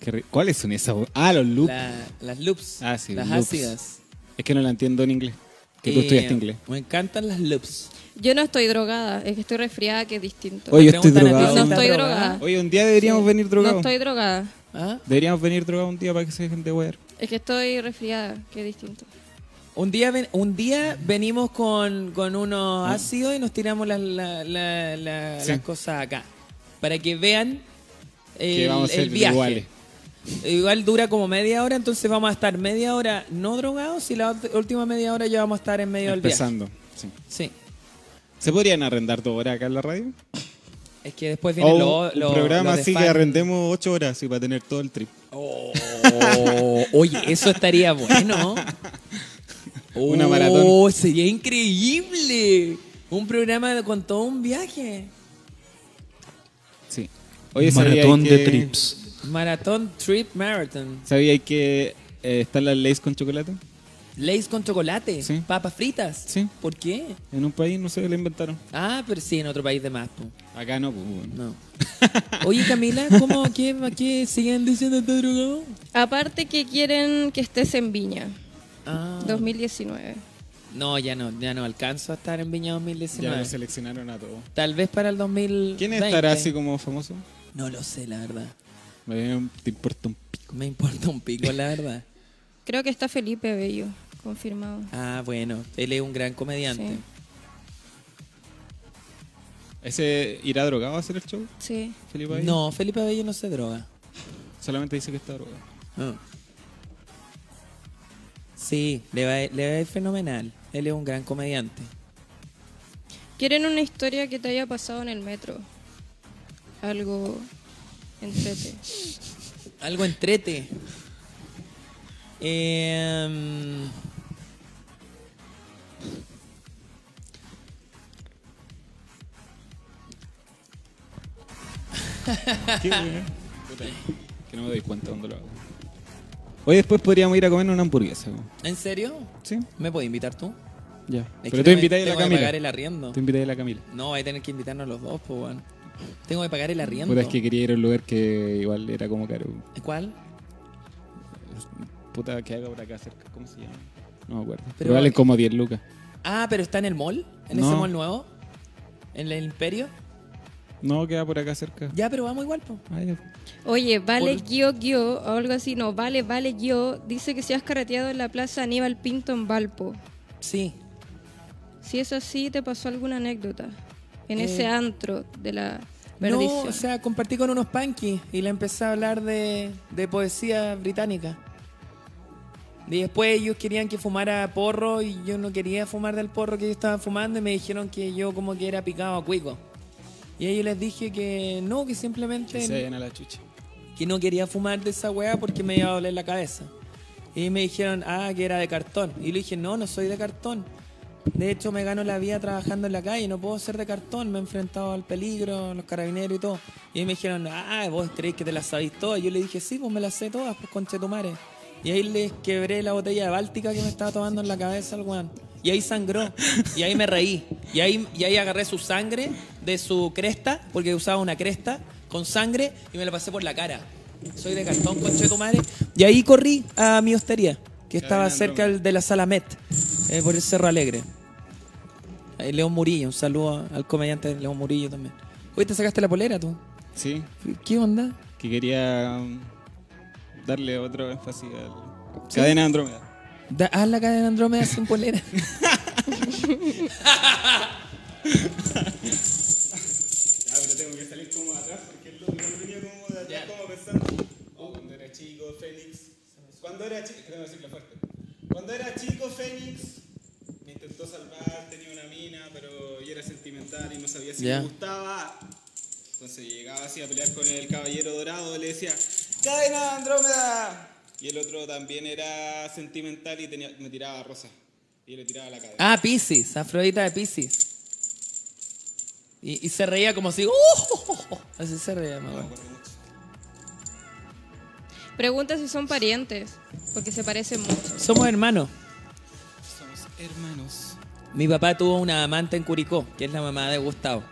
Speaker 2: Qué ri- ¿Cuáles son esas? bo- Ah, los loops.
Speaker 1: La- las loops.
Speaker 2: Ah, sí,
Speaker 1: las
Speaker 2: loops.
Speaker 1: ácidas.
Speaker 2: Es que no la entiendo en inglés. Que tú
Speaker 1: Eh,
Speaker 2: estudiaste inglés.
Speaker 1: Me encantan las loops.
Speaker 3: Yo no estoy drogada, es que estoy resfriada, que es distinto.
Speaker 2: Oye,
Speaker 1: Me
Speaker 2: yo estoy
Speaker 1: preguntan a ti
Speaker 2: drogado.
Speaker 1: si
Speaker 3: No
Speaker 1: estás
Speaker 3: estoy drogada.
Speaker 2: Oye, un día deberíamos venir drogados.
Speaker 3: No estoy drogada,
Speaker 1: ¿Ah?
Speaker 2: Deberíamos venir drogados un día para que se dejen de wear.
Speaker 3: es que estoy resfriada, que es distinto.
Speaker 1: Un día, ven- un día venimos con, con unos ácidos y nos tiramos las, la- la- la-
Speaker 2: Sí.
Speaker 1: las cosas acá. Para que vean el,
Speaker 2: que vamos a
Speaker 1: el
Speaker 2: ser
Speaker 1: viaje.
Speaker 2: iguales.
Speaker 1: Igual dura como media hora, entonces vamos a estar media hora no drogados y la ult- última media hora ya vamos a estar en medio
Speaker 2: Empezando. sí.
Speaker 1: del viaje. Sí.
Speaker 2: ¿Se podrían arrendar dos horas acá en la radio?
Speaker 1: Es que después viene
Speaker 2: O
Speaker 1: lo,
Speaker 2: Oh, un
Speaker 1: lo-
Speaker 2: programa
Speaker 1: lo de
Speaker 2: así
Speaker 1: fan.
Speaker 2: que arrendemos ocho horas y para tener todo el trip.
Speaker 1: Oh, oye, eso estaría bueno.
Speaker 2: Una
Speaker 1: Oh,
Speaker 2: maratón.
Speaker 1: Sería increíble. Un programa con todo un viaje.
Speaker 2: Sí. Oye, ¿sabía
Speaker 6: Maratón
Speaker 2: que-
Speaker 6: de trips.
Speaker 1: Maratón Trip Marathon.
Speaker 2: ¿Sabía que eh, están las leyes con chocolate?
Speaker 1: Lays con chocolate.
Speaker 2: Sí.
Speaker 1: Papas fritas.
Speaker 2: Sí.
Speaker 1: ¿Por qué?
Speaker 2: En un país, no sé, la inventaron.
Speaker 1: Ah, pero sí, en otro país de más. po.
Speaker 2: Acá no, pues. bueno.
Speaker 1: No. Oye, Camila, ¿cómo qué, qué siguen diciendo este está drogado?
Speaker 3: Aparte que quieren que estés en Viña,
Speaker 1: Ah.
Speaker 3: 2019.
Speaker 1: No, ya no, ya no alcanzo a estar en Viña
Speaker 2: Ya
Speaker 1: 2019.
Speaker 2: lo seleccionaron a todos.
Speaker 1: Tal vez para el 2000.
Speaker 2: ¿Quién estará así como famoso?
Speaker 1: No lo sé, la verdad.
Speaker 2: Me- Te importa Eh, un pico.
Speaker 1: Me importa un pico, la verdad.
Speaker 3: Creo que está Felipe Bello, confirmado.
Speaker 1: Ah, bueno, él es un gran comediante.
Speaker 3: Sí.
Speaker 2: ¿Ese irá drogado a hacer el show,
Speaker 3: Sí.
Speaker 2: Felipe? Abello?
Speaker 1: No, Felipe Bello no se droga.
Speaker 2: Solamente dice que está drogado.
Speaker 1: Ah. Sí, le va, a- le va a ir fenomenal. Él es un gran comediante.
Speaker 3: Quieren una historia que te haya pasado en el metro. Algo entrete.
Speaker 1: Algo entrete. Em,
Speaker 2: Puta, que no me doy cuenta cuando lo hago. Hoy después podríamos ir a comer una hamburguesa. ¿no?
Speaker 1: ¿En serio?
Speaker 2: ¿Sí?
Speaker 1: ¿Me puedes invitar tú?
Speaker 2: Ya.
Speaker 1: Es
Speaker 2: Pero
Speaker 1: que
Speaker 2: tú
Speaker 1: tengo que-
Speaker 2: invitáis a la
Speaker 1: tengo que
Speaker 2: Camila.
Speaker 1: pagar el arriendo.
Speaker 2: Tú invitáis a la Camila.
Speaker 1: No, hay a tener que invitarnos los dos, pues, weón. Tengo que pagar el arriendo.
Speaker 2: Puta, es que quería ir a un lugar que igual era como caro.
Speaker 1: ¿Cuál?
Speaker 2: Puta, que haga por acá cerca. ¿Cómo se llama? No me acuerdo. Pero,
Speaker 1: Pero-
Speaker 2: valen como 10 lucas.
Speaker 1: Ah, pero está en el mall. ¿En ese
Speaker 2: No.
Speaker 1: mall nuevo? ¿En el Imperio?
Speaker 2: No, queda por acá cerca.
Speaker 1: Ya, pero vamos igual, pues.
Speaker 2: Ah, ya.
Speaker 3: Oye, vale
Speaker 1: Por-
Speaker 3: guio guio, o algo así, no, vale, vale guio, dice que si has carreteado en la plaza Aníbal Pinto en Valpo.
Speaker 1: Sí.
Speaker 3: Si es así, ¿te pasó alguna anécdota? En
Speaker 1: Eh,
Speaker 3: ese antro de la
Speaker 1: No,
Speaker 3: perdición.
Speaker 1: o sea, compartí con unos punkies y le empecé a hablar de, de poesía británica. Y después ellos querían que fumara porro y yo no quería fumar del porro que yo estaba fumando y me dijeron que yo como que era picado a cuico. Y ahí yo les dije que no, que
Speaker 2: Que se
Speaker 1: simplemente
Speaker 2: vayan a la chucha.
Speaker 1: que no quería fumar de esa weá porque me iba a doler la cabeza. Y me dijeron, ah, que era de cartón. Y le dije, no, no soy de cartón. De hecho, me gano la vida trabajando en la calle, no puedo ser de cartón. Me he enfrentado al peligro, los carabineros y todo. Y me dijeron, ah, vos creéis que te las sabéis todas. Yo le dije, sí, pues me las sé todas, pues conchetumare. Y ahí les quebré la botella de Báltica que me estaba tomando en la cabeza al weón. Y ahí sangró. Y ahí me reí. Y ahí, y ahí agarré su sangre de su cresta, porque usaba una cresta con sangre, y me la pasé por la cara. Soy de cartón, conchetumare. Y ahí corrí a mi hostería, que estaba
Speaker 2: Cabernet
Speaker 1: cerca
Speaker 2: Andrómeda.
Speaker 1: de la sala Met, eh, por el Cerro Alegre. Eh, León Murillo, un saludo al comediante León Murillo también. Hoy te sacaste la polera tú.
Speaker 2: Sí,
Speaker 1: ¿Qué onda?
Speaker 2: que quería um, darle otro énfasis al... Cadena Andrómeda.
Speaker 1: Da- haz la cadena Andrómeda sin polera.
Speaker 2: Ya, pero tengo que salir como atrás porque lo tenía como de atrás como pensando. Oh, cuando era chico, Fénix. Cuando era chico, déjame decirlo fuerte. Cuando era chico, Fénix me intentó salvar, tenía una mina, pero yo era sentimental y no sabía si
Speaker 1: Ya.
Speaker 2: me gustaba. Entonces llegaba así a pelear con el caballero dorado, le decía, ¡Cadena Andrómeda! Y el otro también era sentimental y tenía- me tiraba rosas. Y yo le tiraba la cadena.
Speaker 1: Ah, Pisces, Afrodita de Pisces. Y, y se reía como si. ¡Uh! Así se reía, me
Speaker 2: No me
Speaker 1: acuerdo.
Speaker 2: acuerdo mucho.
Speaker 3: Pregunta si son parientes, porque se parecen mucho.
Speaker 1: Somos hermanos.
Speaker 2: Somos hermanos.
Speaker 1: Mi papá tuvo una amante en Curicó, que es la mamá de Gustavo.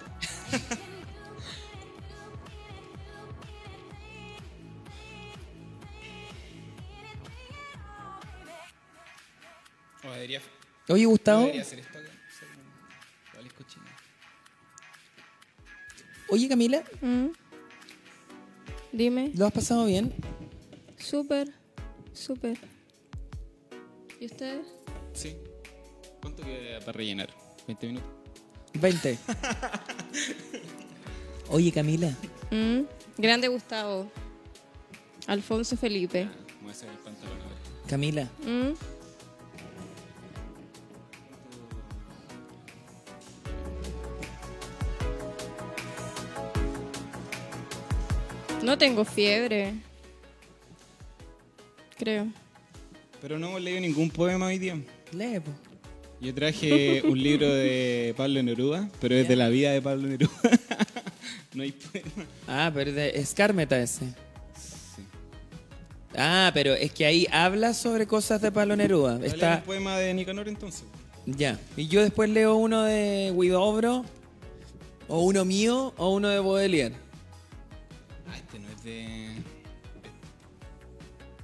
Speaker 2: O debería,
Speaker 1: Oye,
Speaker 2: no
Speaker 1: Gustavo.
Speaker 2: debería hacer esto acá. Soy un- igual es cochino.
Speaker 1: Oye, Camila,
Speaker 3: ¿Mm? Dime.
Speaker 1: ¿lo has pasado bien?
Speaker 3: Súper, súper. ¿Y ustedes?
Speaker 2: Sí. ¿Cuánto queda para rellenar? ¿20 minutos?
Speaker 1: 20. Oye, Camila.
Speaker 3: ¿Mm? Grande Gustavo. Alfonso Felipe.
Speaker 2: Me voy a hacer el pantalón ahora.
Speaker 1: Camila,
Speaker 3: ¿Mm? No tengo fiebre. Creo.
Speaker 2: Pero no hemos leído ningún poema hoy día.
Speaker 1: lee, po.
Speaker 2: Yo traje un libro de Pablo Neruda, pero es de la vida de Pablo Neruda. no hay poema.
Speaker 1: Ah, pero es de- es Carmeta ese. Ah, pero es que ahí habla sobre cosas de Pablo Neruda.
Speaker 2: Está...
Speaker 1: Está.
Speaker 2: un poema de Nicanor entonces?
Speaker 1: Ya. Y yo después leo uno de Guidobro, o uno mío, o uno de Baudelaire.
Speaker 2: Ah, este no es de...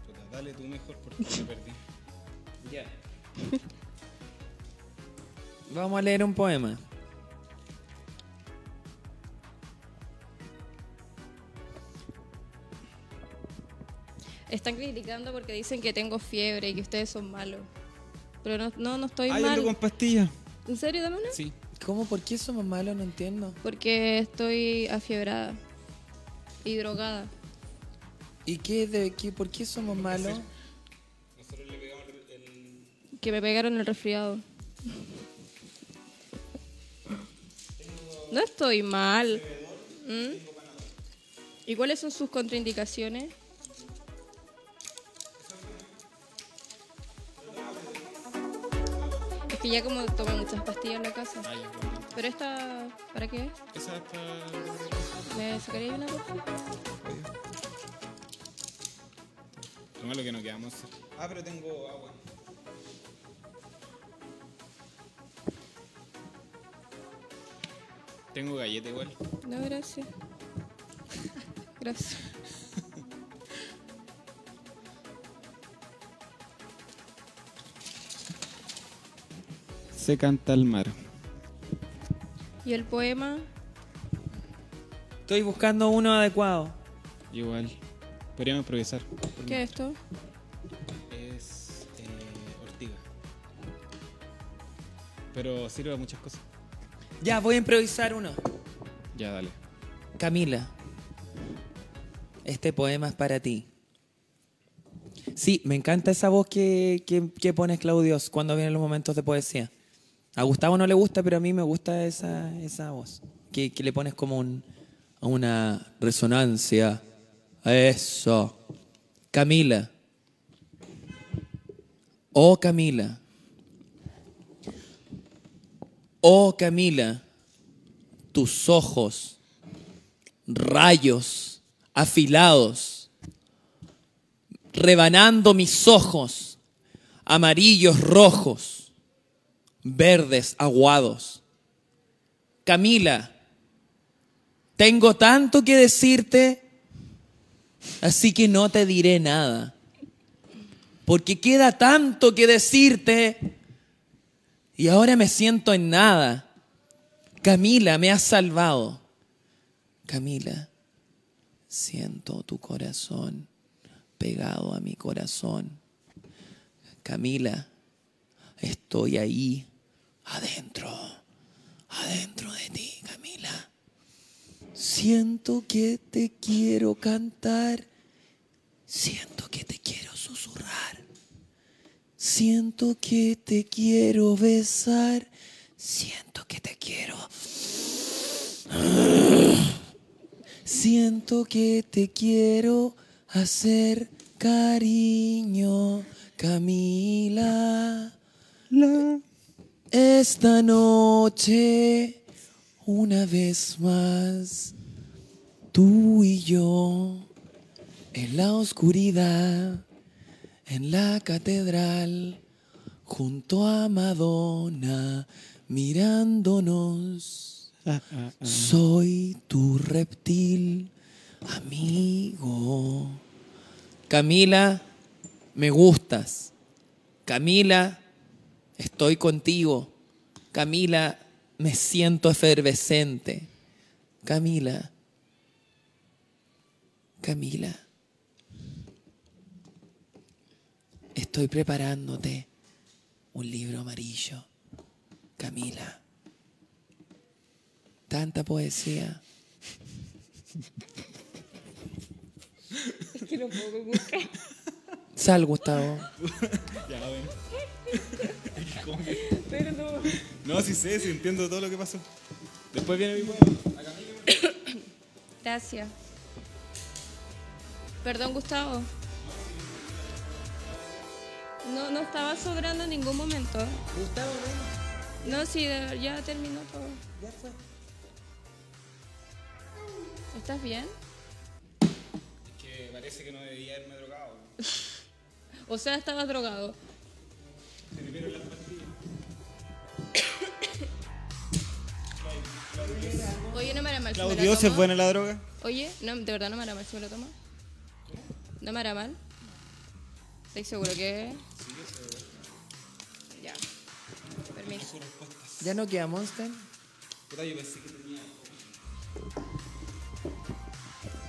Speaker 2: Puta, dale tú mejor porque me perdí.
Speaker 1: Ya. Vamos a leer un poema.
Speaker 3: Están criticando porque dicen que tengo fiebre y que ustedes son malos. Pero no, no, no estoy
Speaker 2: Ah, yo
Speaker 3: mal.
Speaker 2: ando con pastillas.
Speaker 3: ¿En serio, dame una?
Speaker 2: Sí.
Speaker 1: ¿Cómo? ¿Por qué somos malos? No entiendo.
Speaker 3: Porque estoy afiebrada y drogada.
Speaker 1: ¿Y qué de qué? ¿Por qué somos malos?
Speaker 3: Que me pegaron el resfriado. No estoy mal. ¿Mm? ¿Y cuáles son sus contraindicaciones? Es que ya como tomé muchas pastillas en la casa. Pero esta, ¿para qué?
Speaker 2: Esa es para...
Speaker 3: ¿Me sacaría una por favor?
Speaker 2: Lo malo que no quedamos. Ah, pero tengo agua. Tengo galleta igual.
Speaker 3: No, gracias. Gracias.
Speaker 2: Se canta al mar.
Speaker 3: ¿Y el poema?
Speaker 1: Estoy buscando uno adecuado.
Speaker 2: Igual. Podríamos improvisar.
Speaker 3: ¿Qué es esto?
Speaker 2: Es eh, ortiga. Pero sirve a muchas cosas.
Speaker 1: Ya, voy a improvisar uno.
Speaker 2: Ya, dale.
Speaker 1: Camila, este poema es para ti. Sí, me encanta esa voz que, que- que pones, Claudios, cuando vienen los momentos de poesía. A Gustavo no le gusta, pero a mí me gusta esa, esa voz. Que, que le pones como un- una resonancia. Eso. Camila. Oh, Camila. Oh, Camila. Tus ojos rayos afilados, rebanando mis ojos, amarillos rojos, verdes aguados. Camila, tengo tanto que decirte, así que no te diré nada, porque queda tanto que decirte y ahora me siento en nada. Camila, me has salvado. Camila, siento tu corazón pegado a mi corazón. Camila, estoy ahí, adentro, adentro de ti, Camila. Siento que te quiero cantar, siento que te quiero susurrar, siento que te quiero besar, siento que te quiero
Speaker 7: Siento que te quiero hacer cariño, Camila. Esta noche, una vez más, tú y yo, en la oscuridad, en la catedral, junto a Madonna, mirándonos. Soy tu reptil, amigo.
Speaker 8: Camila, me gustas. Camila, estoy contigo. Camila, me siento efervescente. Camila. Camila. Estoy preparándote un libro amarillo. Camila. Tanta poesía. Sal, Gustavo.
Speaker 2: No, sí sé, sí entiendo todo lo que pasó. Después viene mi weá.
Speaker 3: Gracias. Perdón, Gustavo. No, no estaba sobrando en ningún momento. No, sí, de- ya terminó todo. ¿Estás bien?
Speaker 2: Que parece que no debía haberme drogado.
Speaker 3: O sea, estabas drogado. Oye, no me hará mal. si me la
Speaker 2: Claudio, ¿se
Speaker 3: tomo.
Speaker 2: es buena la droga?
Speaker 3: Oye, no, de verdad no me hará mal si me lo tomo. ¿No me hará mal? ¿Estáis seguro que...? Ya. Permiso.
Speaker 8: ¿Ya no queda Monster?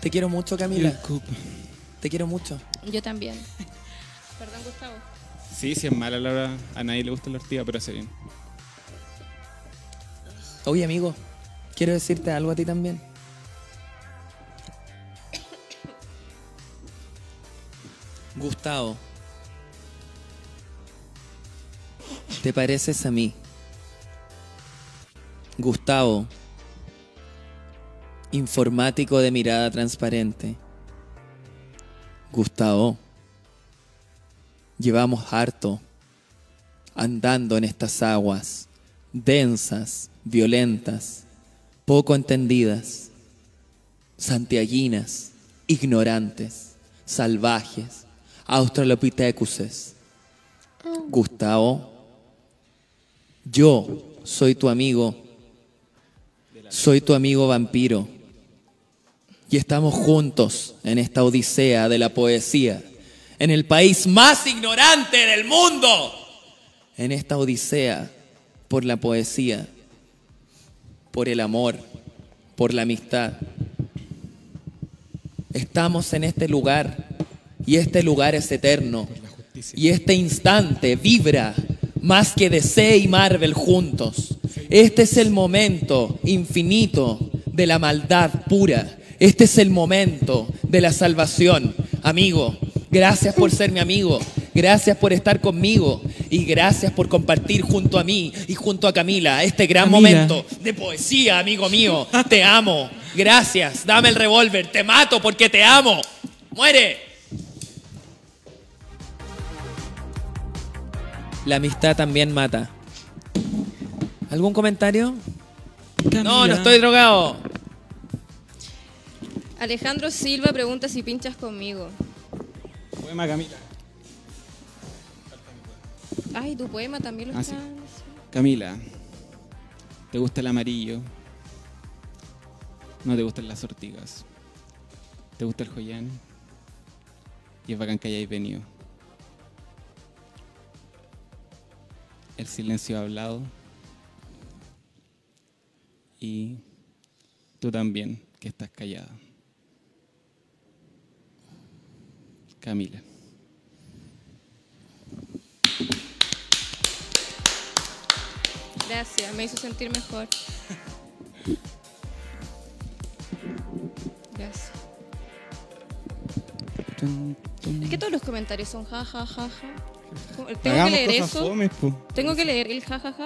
Speaker 8: Te quiero mucho, Camila. Te quiero mucho.
Speaker 3: Yo también. Perdón, Gustavo.
Speaker 2: Sí, sí es mala la droga. A nadie le gusta la ortiga, pero hace bien.
Speaker 8: Oye, amigo, quiero decirte algo a ti también.
Speaker 1: Gustavo, te pareces a mí. Gustavo, informático de mirada transparente. Gustavo, llevamos harto andando en estas aguas densas, violentas, poco entendidas, santiaguinas, ignorantes, salvajes, australopithecus. Gustavo, yo soy tu amigo, soy tu amigo vampiro, y estamos juntos en esta odisea de la poesía, en el país más ignorante del mundo, en esta odisea por la poesía, por el amor, por la amistad. Estamos en este lugar y este lugar es eterno. Y este instante vibra más que DC y Marvel juntos. Este es el momento infinito de la maldad pura. Este es el momento de la salvación. Amigo, gracias por ser mi amigo. Gracias por estar conmigo y gracias por compartir junto a mí y junto a Camila este gran
Speaker 8: Camila.
Speaker 1: momento de poesía, amigo mío. Te amo. Gracias. Dame el revólver. Te mato porque te amo. Muere.
Speaker 8: La amistad también mata. ¿Algún comentario? No, no estoy drogado.
Speaker 3: Alejandro Silva pregunta si pinchas conmigo.
Speaker 2: Poema Camila.
Speaker 3: Ay, tu poema también lo
Speaker 2: Ah, sí.
Speaker 3: está...
Speaker 2: Camila, ¿te gusta el amarillo? No te gustan las ortigas. ¿Te gusta el joyán? Y es bacán que hayáis venido. El silencio hablado. Y tú también, que estás callada. Camila.
Speaker 3: Gracias, me hizo sentir mejor. Gracias. Es que todos los comentarios son ja, ja, ja, ja. Como- Tengo que leer eso. Tengo que leer el ja, ja, ja.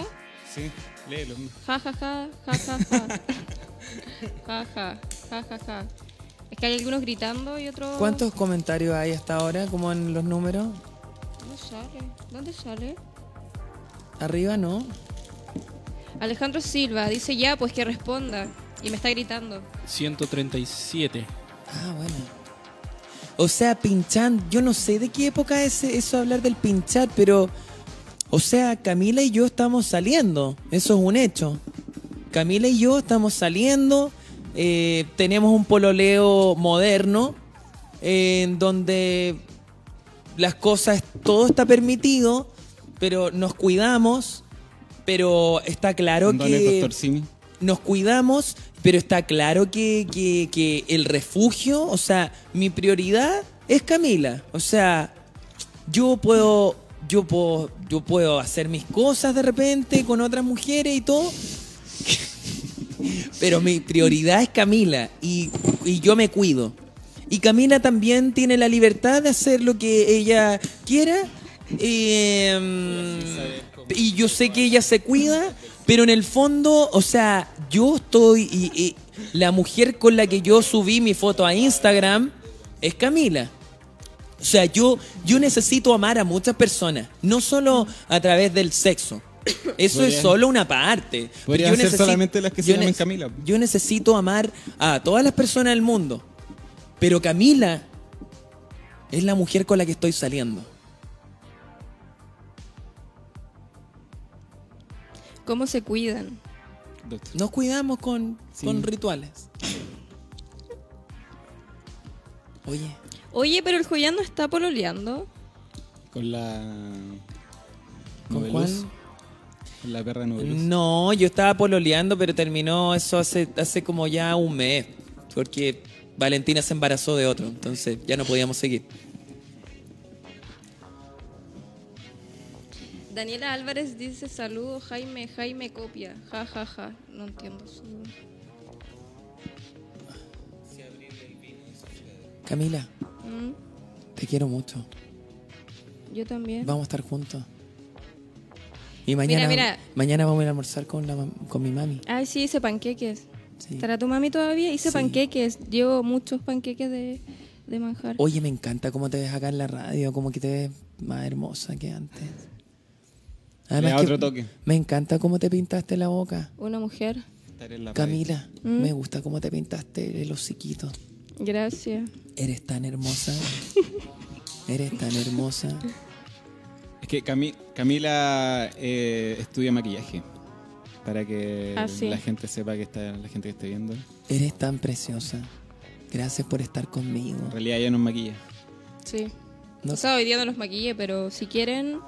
Speaker 2: Sí, léelo.
Speaker 3: Ja, ja, ja, ja, ja, ja. Ja, ja, ja, ja, ja. Es que hay algunos gritando y otros.
Speaker 1: ¿Cuántos comentarios hay hasta ahora? Como en los números.
Speaker 3: No sale. ¿Dónde sale?
Speaker 1: Arriba no.
Speaker 3: Alejandro Silva dice ya, pues que responda. Y me está gritando.
Speaker 8: 137.
Speaker 1: Ah, bueno. O sea, pinchan, yo no sé de qué época es eso de hablar del pinchar, pero. O sea, Camila y yo estamos saliendo. Eso es un hecho. Camila y yo estamos saliendo. eh, tenemos un pololeo moderno. eh, En donde las cosas, todo está permitido. Pero nos cuidamos. Pero está claro
Speaker 2: Condones,
Speaker 1: que
Speaker 2: doctor Simi.
Speaker 1: nos cuidamos, pero está claro que, que- que el refugio, o sea, mi prioridad es Camila. O sea, yo puedo, yo puedo, yo puedo hacer mis cosas de repente con otras mujeres y todo. Pero mi prioridad es Camila y, y yo me cuido. Y Camila también tiene la libertad de hacer lo que ella quiera. eh, y yo sé que ella se cuida, pero en el fondo, o sea, yo estoy... y- y la mujer con la que yo subí mi foto a Instagram es Camila. O sea, yo, yo necesito amar a muchas personas, no solo a través del sexo. Eso es
Speaker 2: Podría-
Speaker 1: solo una parte.
Speaker 2: podrían
Speaker 1: Yo
Speaker 2: ser
Speaker 1: necesi-
Speaker 2: solamente las que se
Speaker 1: yo
Speaker 2: llamen
Speaker 1: ne-
Speaker 2: Camila.
Speaker 1: Yo necesito amar a todas las personas del mundo. Pero Camila es la mujer con la que estoy saliendo.
Speaker 3: ¿Cómo se cuidan?
Speaker 2: Doctor.
Speaker 1: Nos cuidamos con,
Speaker 2: Sí.
Speaker 1: con rituales. Oye,
Speaker 3: Oye, pero el joyán no está pololeando.
Speaker 2: Con la.
Speaker 1: ¿con
Speaker 2: Nubeluz.
Speaker 1: cuál?
Speaker 2: Con la perra Nubeluz.
Speaker 1: No, yo estaba pololeando, pero terminó eso hace, hace como ya un mes. Porque Valentina se embarazó de otro, entonces ya no podíamos seguir.
Speaker 3: Daniela Álvarez dice saludo, Jaime, Jaime copia. Ja, ja, ja. No entiendo su...
Speaker 1: Camila,
Speaker 3: Mm,
Speaker 1: te quiero mucho.
Speaker 3: yo también.
Speaker 1: Vamos a estar juntos. Y mañana,
Speaker 3: mira.
Speaker 1: mañana vamos a ir a almorzar con, la mam- con mi mami.
Speaker 3: Ay, sí, hice panqueques.
Speaker 1: Sí.
Speaker 3: ¿Estará tu mami todavía? Hice
Speaker 1: Sí.
Speaker 3: panqueques. Llevo muchos panqueques de, de manjar.
Speaker 1: Oye, me encanta cómo te ves acá en la radio, como que te ves más hermosa que antes.
Speaker 2: da
Speaker 1: que
Speaker 2: otro toque.
Speaker 1: me encanta cómo te pintaste la boca.
Speaker 3: Una mujer.
Speaker 2: Estar en la pared.
Speaker 1: Camila,
Speaker 3: Mm.
Speaker 1: me gusta cómo te pintaste el hociquito.
Speaker 3: Gracias.
Speaker 1: Eres tan hermosa. Eres tan hermosa.
Speaker 2: Es que Cami- Camila eh, estudia maquillaje. Para que
Speaker 3: Ah, sí.
Speaker 2: la gente sepa que está la gente que esté viendo. En
Speaker 1: Eres tan preciosa. Gracias por estar conmigo.
Speaker 2: realidad ella nos maquilla.
Speaker 3: Sí.
Speaker 1: No
Speaker 3: o sea, hoy día no los maquillé, pero si quieren...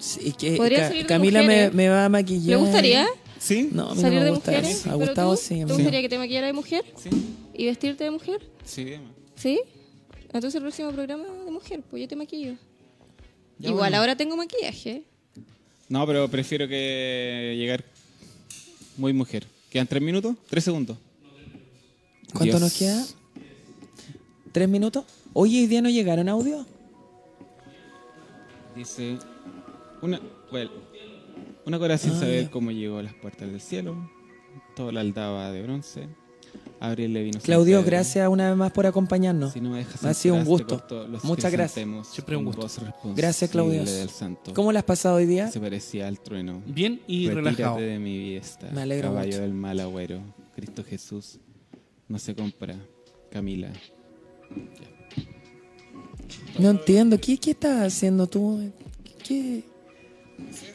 Speaker 1: Sí, que
Speaker 3: Podría
Speaker 1: Ca-
Speaker 3: salir de
Speaker 1: Camila me,
Speaker 3: mujeres.
Speaker 1: me va a maquillar.
Speaker 3: ¿Le gustaría
Speaker 2: ¿Sí?
Speaker 1: No, a mí no
Speaker 3: salir
Speaker 1: me
Speaker 3: de
Speaker 1: gusta
Speaker 3: mujeres?
Speaker 1: eso. A
Speaker 3: ¿Pero
Speaker 1: Gustavo
Speaker 3: tú?
Speaker 1: sí.
Speaker 3: ¿Te
Speaker 1: me-
Speaker 3: gustaría que te maquillara de mujer?
Speaker 2: Sí.
Speaker 3: ¿Y vestirte de mujer?
Speaker 2: Sí.
Speaker 3: ¿Sí? Entonces el próximo programa de mujer, pues yo te maquillo.
Speaker 2: Ya,
Speaker 3: Igual
Speaker 2: bueno.
Speaker 3: ahora tengo maquillaje.
Speaker 2: No, pero prefiero que llegar muy mujer. ¿Quedan tres minutos? ¿Tres segundos?
Speaker 1: ¿Cuánto
Speaker 2: Dios.
Speaker 1: nos queda? ¿Tres minutos? Oye, hoy día no llegaron audio.
Speaker 2: Dice. Una. Bueno, una cosa sin
Speaker 1: Ah,
Speaker 2: saber
Speaker 1: ya.
Speaker 2: cómo llegó a las puertas del cielo. Todo la aldaba de bronce. Abril le vino. San
Speaker 1: Claudio,
Speaker 2: Pedro.
Speaker 1: gracias una vez más por acompañarnos.
Speaker 2: Si no me dejas
Speaker 1: ha sido un
Speaker 2: entrar, te
Speaker 1: gusto.
Speaker 2: corto los
Speaker 1: Muchas gracias.
Speaker 2: crisantemos
Speaker 8: Siempre un
Speaker 2: con
Speaker 8: gusto.
Speaker 2: voz responsable
Speaker 1: Gracias, Claudio.
Speaker 2: del santo.
Speaker 1: ¿Cómo la has pasado hoy día?
Speaker 2: Se parecía al trueno.
Speaker 8: Bien y
Speaker 2: Retírate
Speaker 8: relajado.
Speaker 2: de mi fiesta.
Speaker 1: Me alegro
Speaker 2: Caballo
Speaker 1: mucho.
Speaker 2: del mal agüero. Cristo Jesús no se compra. Camila.
Speaker 1: No entiendo. ¿Qué, qué estás haciendo tú? ¿Qué?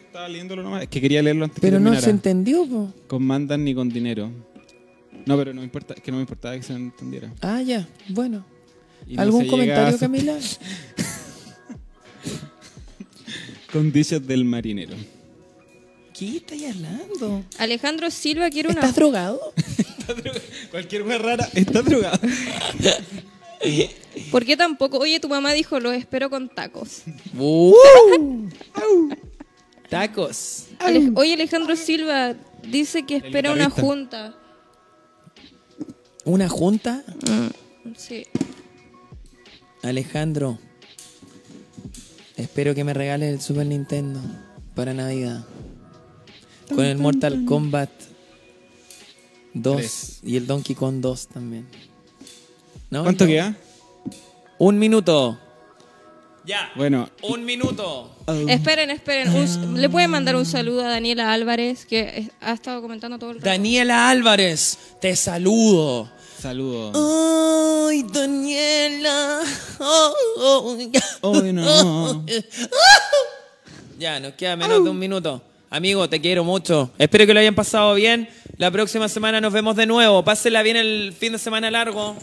Speaker 2: Estaba leyéndolo nomás. Es que quería leerlo antes
Speaker 1: Pero
Speaker 2: que
Speaker 1: no
Speaker 2: terminara.
Speaker 1: se entendió. po.
Speaker 2: Con mandan ni con dinero. No, pero no me importa, es que no me importaba que se entendiera.
Speaker 1: Ah, ya. Bueno.
Speaker 2: Y no
Speaker 1: ¿Algún
Speaker 2: se llega a
Speaker 1: comentario,
Speaker 2: su-
Speaker 1: Camila?
Speaker 2: Con dichos del marinero.
Speaker 1: ¿Qué estás hablando?
Speaker 3: Alejandro Silva quiere una...
Speaker 1: ¿Estás drogado?
Speaker 2: Cualquier wea rara está drogada.
Speaker 3: ¿Por qué tampoco? Oye, tu mamá dijo, los espero con tacos.
Speaker 1: Tacos.
Speaker 3: Ale- Oye, Alejandro Silva dice que espera una
Speaker 2: guitarrista.
Speaker 3: junta.
Speaker 1: ¿Una junta?
Speaker 3: Sí.
Speaker 1: Alejandro, espero que me regales el Super Nintendo para Navidad. Con el Mortal Kombat 2
Speaker 2: Tres.
Speaker 1: y el Donkey Kong 2 también. No,
Speaker 2: ¿Cuánto
Speaker 1: no.
Speaker 2: queda?
Speaker 1: Un minuto.
Speaker 9: Ya.
Speaker 2: Bueno,
Speaker 1: Un minuto.
Speaker 3: Esperen, esperen. un s- ¿Le pueden mandar un saludo a Daniela Álvarez, que es- ha estado comentando todo el rato?
Speaker 1: Daniela Álvarez, te saludo.
Speaker 2: saludos.
Speaker 6: Ay, Daniela. Oh, oh, ya.
Speaker 2: Oh, no.
Speaker 1: Ya, nos queda menos de un minuto. Amigo, te quiero mucho. Espero que lo hayan pasado bien. La próxima semana nos vemos de nuevo. Pásenla bien el fin de semana largo.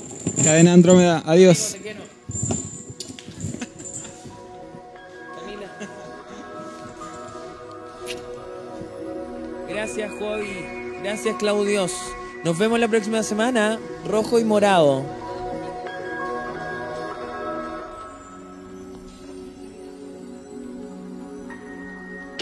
Speaker 2: Cadena Andrómeda, adiós.
Speaker 1: Gracias, Javi. Gracias, Claudios. Nos vemos la próxima semana, rojo y morado.